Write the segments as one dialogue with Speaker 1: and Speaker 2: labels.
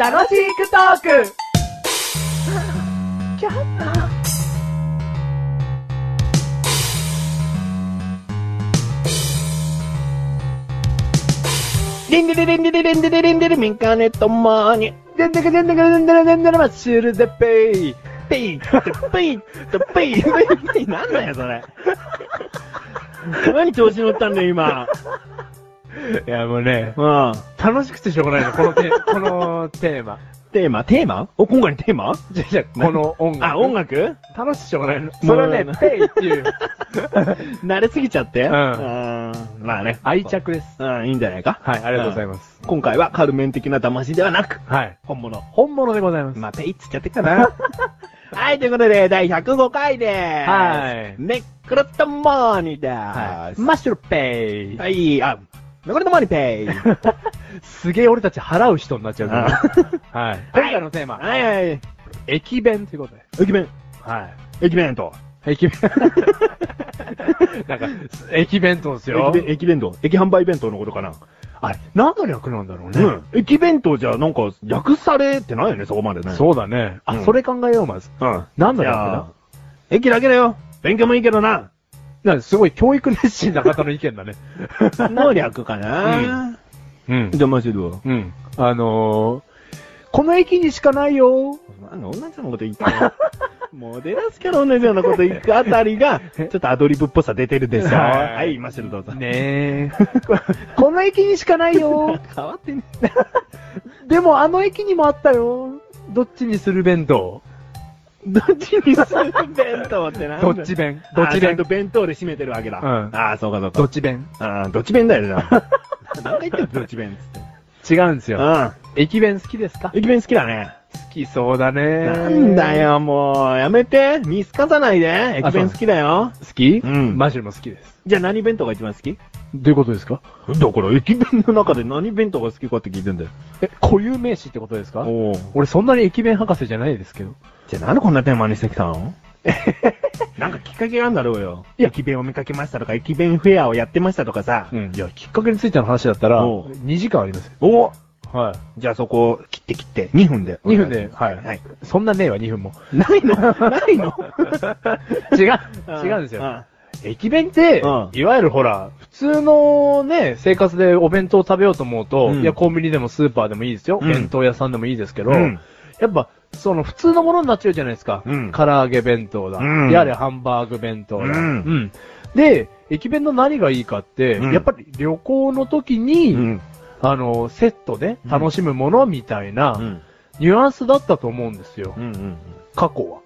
Speaker 1: 楽しくトーク
Speaker 2: リンデレリンデレリンデレリンデレミンカネとマーニ。デンデレデンデレデンデレデンデレマッシュルでペイ。ペイとペイとペイペイペイなんだよそれ。 何調子乗ったんだよ今。
Speaker 3: いや、もうね、
Speaker 2: うん。
Speaker 3: 楽しくてしょうがないの、この テーこのテーマ。
Speaker 2: テーマテーマお、今回のテーマ
Speaker 3: じゃあじゃあこの音楽。
Speaker 2: あ、音楽
Speaker 3: 楽しくてしょうがないの。それはね
Speaker 2: もう、
Speaker 3: ペイっていう
Speaker 2: 慣れすぎちゃって
Speaker 3: うん
Speaker 2: あーまあね。
Speaker 3: 愛着です。
Speaker 2: うん、いいんじゃないか
Speaker 3: はい、ありがとうございます。
Speaker 2: 今回はカルメン的な騙しではなく、
Speaker 3: はい。
Speaker 2: 本物。
Speaker 3: 本物でございます。
Speaker 2: まあ、ペイっつっちゃってっか な。はい、ということで、第105回でーす。
Speaker 3: はい
Speaker 2: ネクロトモーニーで
Speaker 3: は
Speaker 2: ー
Speaker 3: い。
Speaker 2: す。
Speaker 3: マッシュルペイ。
Speaker 2: はい、あ、ネクロトモーニー ペイ。
Speaker 3: すげえ俺たち払う人になっちゃうから。 はい。今回のテーマ、
Speaker 2: はいはい。
Speaker 3: 駅弁ということで。
Speaker 2: 駅弁、
Speaker 3: は
Speaker 2: 駅弁と。
Speaker 3: い。駅 弁。なんか、駅弁当ですよ
Speaker 2: 駅。弁、駅弁当。駅販売弁当のことかな。
Speaker 3: あれ、何の略なんだろうね。
Speaker 2: うん。駅弁当じゃ、なんか、略されてないよね、そこまでね。う。
Speaker 3: そうだね。あ、
Speaker 2: うん
Speaker 3: それ考えよう、まず。
Speaker 2: うん。
Speaker 3: 何の
Speaker 2: い
Speaker 3: 略
Speaker 2: や
Speaker 3: だ
Speaker 2: ー駅だけだよ。勉強もいいけど な。
Speaker 3: なんかすごい教育熱心な方の意見だね。
Speaker 2: 能略かな。
Speaker 3: うん。
Speaker 2: じゃあ、マジでは。
Speaker 3: うん。あのー、この駅にしかないよ
Speaker 2: なんか同じようなこと言った よ。モデラスキャラ同じようなこと言くあたり が、ちょっとアドリブっぽさ出てるでしょ。
Speaker 3: はい
Speaker 2: はい、今してるどうぞ。
Speaker 3: ねえ。 この駅にしかないよ
Speaker 2: 変わってね。
Speaker 3: でもあの駅にもあったよどっちにする弁当
Speaker 2: どっちにする 弁当ってなんだ
Speaker 3: どっち弁どっち
Speaker 2: あちゃん
Speaker 3: 弁
Speaker 2: と弁当で締めてるわけだ。
Speaker 3: うん
Speaker 2: ああ、そうかそう
Speaker 3: どっ
Speaker 2: か。
Speaker 3: ち弁
Speaker 2: ああ、どっち弁だよ じゃあ。何回言ってんのどっち弁っつって。
Speaker 3: 違うんです
Speaker 2: う
Speaker 3: よ。
Speaker 2: ん。
Speaker 3: 駅弁好きですか好
Speaker 2: 駅弁好きだね。
Speaker 3: きそうだね
Speaker 2: なんだ。よ、もう。やめて。見透かさないで。駅弁好きだよ。
Speaker 3: 好き
Speaker 2: うん
Speaker 3: マジでも好きです。
Speaker 2: じゃあ何弁当が一番好き
Speaker 3: どういうことですか
Speaker 2: だから駅弁の中で何弁当が好きかって聞いてんだよ。
Speaker 3: え、固有名詞ってことですか
Speaker 2: おお。
Speaker 3: 俺そんなに駅弁博士じゃないですけど。
Speaker 2: じゃあなんでこんなテーマにしてきたのなんかきっかけがあるんだろうよ。
Speaker 3: いや
Speaker 2: 駅弁を見かけましたとか、駅弁フェアをやってましたとかさ。
Speaker 3: うん。いや、きっかけについての話だったら、
Speaker 2: おう
Speaker 3: 2時間ありますよ。
Speaker 2: お
Speaker 3: は
Speaker 2: じゃあそこを切って切って、2分で。
Speaker 3: 2分ではい
Speaker 2: はい。
Speaker 3: い。そんなねえわ、2分も。
Speaker 2: ないのないの
Speaker 3: 違う、違うんですよ。
Speaker 2: あ
Speaker 3: 駅弁って
Speaker 2: うん、
Speaker 3: いわゆるほら、普通のね、生活でお弁当を食べようと思うと、
Speaker 2: うん
Speaker 3: いや、コンビニでもスーパーでもいいですよ。
Speaker 2: うん
Speaker 3: 弁当屋さんでもいいですけど、
Speaker 2: うん
Speaker 3: やっぱ、その普通のものになっちゃうじゃないですか。
Speaker 2: うん
Speaker 3: 唐揚げ弁当だ。
Speaker 2: うん
Speaker 3: やれハンバーグ弁当だ。
Speaker 2: うん
Speaker 3: んで、駅弁の何がいいかって、
Speaker 2: うん
Speaker 3: やっぱり旅行の時に、
Speaker 2: うん。
Speaker 3: あの、セットで
Speaker 2: うん
Speaker 3: 楽しむものみたいな、
Speaker 2: うん。
Speaker 3: ニュアンスだったと思うんですよ。
Speaker 2: うん。うん。
Speaker 3: 過去は。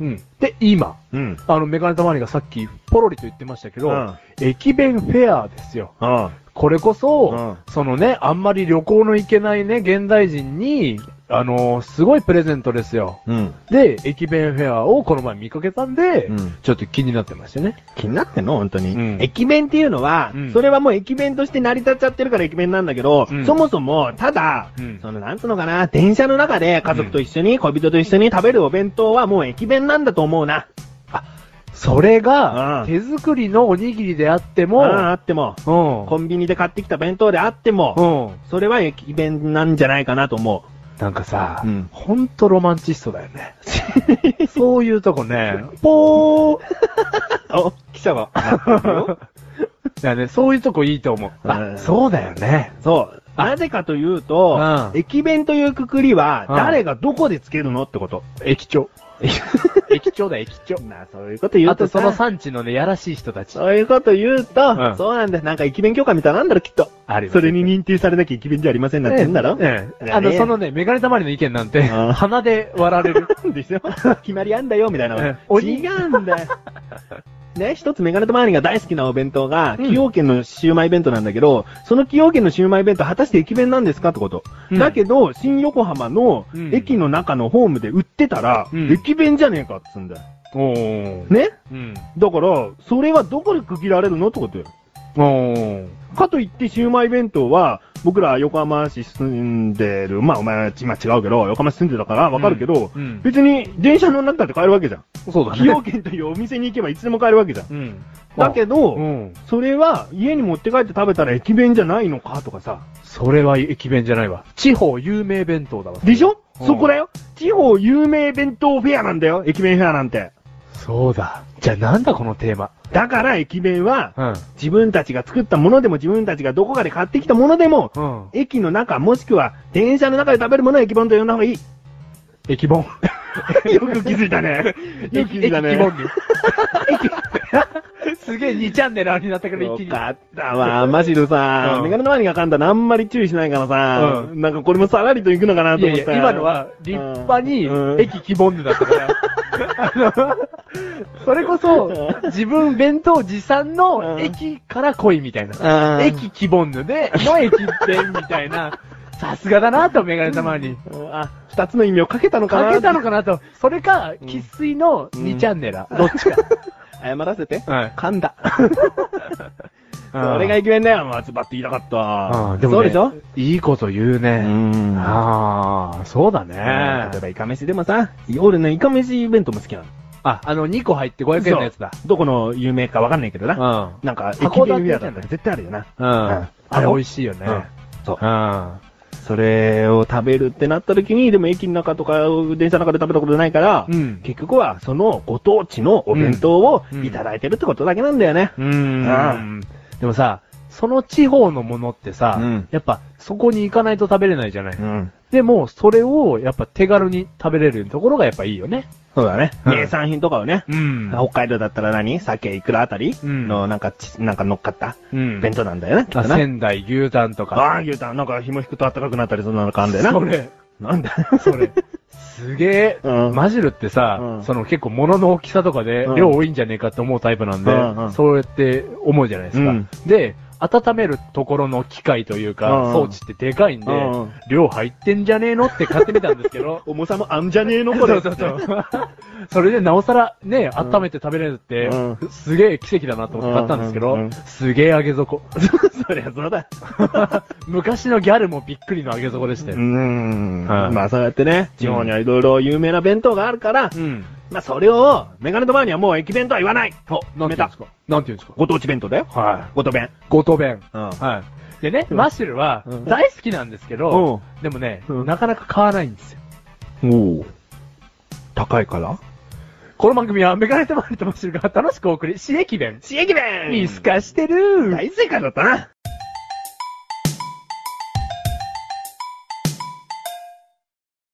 Speaker 2: うん。
Speaker 3: うん。で、今、
Speaker 2: うん。
Speaker 3: あの、メガネたまりがさっき、ポロリと言ってましたけど、
Speaker 2: うん
Speaker 3: 駅弁フェアですよ。
Speaker 2: あ
Speaker 3: これこそ、
Speaker 2: う
Speaker 3: そのね、あんまり旅行の行けないね、現代人に、あのすごいプレゼントですよ。
Speaker 2: うん。
Speaker 3: で、駅弁フェアをこの前見かけたんで、
Speaker 2: うん
Speaker 3: ちょっと気になってましてね。
Speaker 2: 気になってんの本当に、
Speaker 3: うん
Speaker 2: 駅弁っていうのは、
Speaker 3: うん
Speaker 2: それはもう駅弁として成り立っちゃってるから駅弁なんだけど、
Speaker 3: うん
Speaker 2: そもそも、ただ、
Speaker 3: うん
Speaker 2: その、なんつうのかな、電車の中で家族と一緒に、恋人と一緒に食べるお弁当はもう駅弁なんだと思うな。
Speaker 3: それが、
Speaker 2: うん
Speaker 3: 手作りのおにぎりであっても、
Speaker 2: うんあっても、
Speaker 3: うん。
Speaker 2: コンビニで買ってきた弁当であっても、
Speaker 3: うん。
Speaker 2: それは駅弁なんじゃないかなと思
Speaker 3: なんかさ、
Speaker 2: うん
Speaker 3: ほんとロマンチストだよ ね。そういうとこね、
Speaker 2: ぽーお、記者 が。
Speaker 3: だからね、そう いうとこいいと思う。
Speaker 2: う
Speaker 3: あ、
Speaker 2: ん
Speaker 3: そうだよね。
Speaker 2: そう。なぜかというと、
Speaker 3: うん
Speaker 2: 駅弁というくくりは、
Speaker 3: うん
Speaker 2: 誰がどこでつけるのってこと。
Speaker 3: 駅 長。駅長だ、駅長。
Speaker 2: まあ、そういうこと言う
Speaker 3: あ
Speaker 2: と
Speaker 3: と
Speaker 2: さ
Speaker 3: その産地のね、やらしい人たち。
Speaker 2: そういうこと言うと、
Speaker 3: うん
Speaker 2: そうなんだよ。なんか駅弁協会みたいなのあんだろ、きっと。
Speaker 3: あります
Speaker 2: それに認定されなきゃ駅弁じゃありませんなんて言うんだろ、
Speaker 3: ええ
Speaker 2: ね
Speaker 3: あの、そのね、メガネたまりの意見なんて、
Speaker 2: うん
Speaker 3: 鼻で笑われる。
Speaker 2: でしょ決まりあんだよ、みたい
Speaker 3: え
Speaker 2: な。
Speaker 3: えおに
Speaker 2: 違うん だよ。ね、一つメガネとマーニが大好きなお弁当が、
Speaker 3: うん
Speaker 2: 崎陽軒のシウマイ弁当なんだけど、その崎陽軒のシウマイ弁当、果たして駅弁なんですかってこと。
Speaker 3: うん
Speaker 2: だけど、新横浜の
Speaker 3: うん
Speaker 2: 駅の中のホームで売ってたら、
Speaker 3: うん
Speaker 2: 駅弁じゃねえかっつうんだよ。
Speaker 3: おー。
Speaker 2: ね
Speaker 3: うん。
Speaker 2: だから、それはどこで区切られるのってことよ。
Speaker 3: おー。
Speaker 2: かといってシウマイ弁当は、僕ら横浜市住んでる、まあお前今違うけど、横浜市住んでたからわかるけど、
Speaker 3: うんうん
Speaker 2: 別に電車の中で買えるわけじゃん。
Speaker 3: そうだね。
Speaker 2: 崎陽軒というお店に行けばいつでも買えるわけじゃん。
Speaker 3: うん。
Speaker 2: だけど、
Speaker 3: うん。
Speaker 2: それは家に持って帰って食べたら駅弁じゃないのかとかさ。
Speaker 3: それは駅弁じゃないわ。地方有名弁当だわ。
Speaker 2: でしょ、
Speaker 3: うん
Speaker 2: そこだよ。地方有名弁当フェアなんだよ。駅弁フェアなんて。
Speaker 3: そうだ。じゃあなんだこのテーマ。
Speaker 2: だから駅弁は、
Speaker 3: うん。
Speaker 2: 自分たちが作ったものでも自分たちがどこかで買ってきたものでも、
Speaker 3: うん。
Speaker 2: 駅の中もしくは電車の中で食べるものは駅弁と呼んだ方がいい。
Speaker 3: 駅本。
Speaker 2: よく気づいたね。よく気づいたね。
Speaker 3: 駅本に。すげえ2チャンネルありになったから一気
Speaker 2: よ
Speaker 3: に。
Speaker 2: かったわ、マシルさ、
Speaker 3: うん
Speaker 2: メガネの前にかかんだのあんまり注意しないからさ、
Speaker 3: う
Speaker 2: なんかこれもさらりと行くのかないと
Speaker 3: や
Speaker 2: 思っ
Speaker 3: い
Speaker 2: た
Speaker 3: や、今の、は立派に
Speaker 2: うん
Speaker 3: 駅希望でだっ たから。あのそれこそ、自分弁当持参
Speaker 2: う
Speaker 3: の
Speaker 2: ん
Speaker 3: 駅から来いみたいな。
Speaker 2: 駅、
Speaker 3: 駅希望で、の駅弁みたいな。さすがだなと、メガネたまに。
Speaker 2: うんあ、二つの意味をかけたのかな
Speaker 3: かけたのかなと。それか、
Speaker 2: うん
Speaker 3: 喫水の2チャンネル。どっちか。
Speaker 2: 謝らせて。
Speaker 3: はい。
Speaker 2: 噛んだ。それが駅弁だよ、まあ、ズバッと言いたかった。
Speaker 3: でも、
Speaker 2: そうでしょ
Speaker 3: いいこと言う
Speaker 2: う
Speaker 3: ね。
Speaker 2: ん
Speaker 3: ああ、そうだね。
Speaker 2: 例えば、イカ飯でもさ、俺ね、イカ飯弁当も好きなの。
Speaker 3: あ、あの、2個入って500円のやつだ。
Speaker 2: どこの有名かわかんないけどな。
Speaker 3: ん。
Speaker 2: なんか、駅弁
Speaker 3: 函館
Speaker 2: フェアだったら絶対あるよな。
Speaker 3: うんん。あれ美味しいよね。
Speaker 2: うんそう
Speaker 3: うん。
Speaker 2: それを食べるってなった時に、でも駅の中とか、電車の中で食べたことないから、
Speaker 3: うん
Speaker 2: 結局はそのご当地のお弁当を
Speaker 3: うん
Speaker 2: いただいてるってことだけなんだよね。
Speaker 3: うん。でもさ、その地方のものってさ、
Speaker 2: うん
Speaker 3: やっぱそこに行かないと食べれないじゃない。
Speaker 2: ん。
Speaker 3: でも、それをやっぱ手軽に食べれるところがやっぱいいよね。
Speaker 2: そうだね。
Speaker 3: うん
Speaker 2: 名産品とかをね、
Speaker 3: うん
Speaker 2: 北海道だったら何鮭、いくらあたり
Speaker 3: うん
Speaker 2: の、なんかち、なんか乗っかった
Speaker 3: うん
Speaker 2: 弁当なんだよね、きっと
Speaker 3: あ
Speaker 2: な。
Speaker 3: 仙台牛タンとか。
Speaker 2: ああ、牛タン、なんか紐引くと暖かくなったりそんなのかあんだよな。
Speaker 3: それ、
Speaker 2: なんだ
Speaker 3: そ れ。すげえ。
Speaker 2: うん
Speaker 3: マジルってさ、
Speaker 2: うん
Speaker 3: その結構物の大きさとかで
Speaker 2: うん
Speaker 3: 量多いんじゃねえかって思うタイプなんで、
Speaker 2: うんうん
Speaker 3: そうやって思うじゃないですか。
Speaker 2: うん
Speaker 3: で、温めるところの機械というか、
Speaker 2: うん
Speaker 3: 装置ってでかいんで、
Speaker 2: うんうん、
Speaker 3: 量入ってんじゃねえのって買ってみたんですけど
Speaker 2: 重さもあんじゃねえの
Speaker 3: そ
Speaker 2: これ。
Speaker 3: うそ うそう。それでなおさらね、温めて食べれるって、
Speaker 2: う
Speaker 3: すげえ奇跡だなと思って買ったんですけど、
Speaker 2: うんうんうん
Speaker 3: すげえ揚げ底。
Speaker 2: そりゃそうだ。
Speaker 3: 昔のギャルもびっくりの揚げ底でした
Speaker 2: う
Speaker 3: よ。
Speaker 2: ん。
Speaker 3: はい
Speaker 2: まあそうやってね、地方にはいろいろ有名な弁当があるから、
Speaker 3: うん。
Speaker 2: まあそれを、メガネと前にはもう駅弁とは言わないお、
Speaker 3: な
Speaker 2: 決め
Speaker 3: んて言うんで
Speaker 2: た
Speaker 3: す。かなんて言うんですか
Speaker 2: ご当地弁当だよ。
Speaker 3: はい。
Speaker 2: ご当弁。
Speaker 3: ごと弁。
Speaker 2: うん
Speaker 3: はい。でね、マッシュルは
Speaker 2: うん
Speaker 3: 大好きなんですけど、でもね、
Speaker 2: うん
Speaker 3: なかなか買わないんですよ。
Speaker 2: お高いから
Speaker 3: この番組はメガネとマネとマッシュルが楽しくお送り、刺激弁。
Speaker 2: 刺激弁
Speaker 3: 見透かしてる
Speaker 2: 大正解だったな。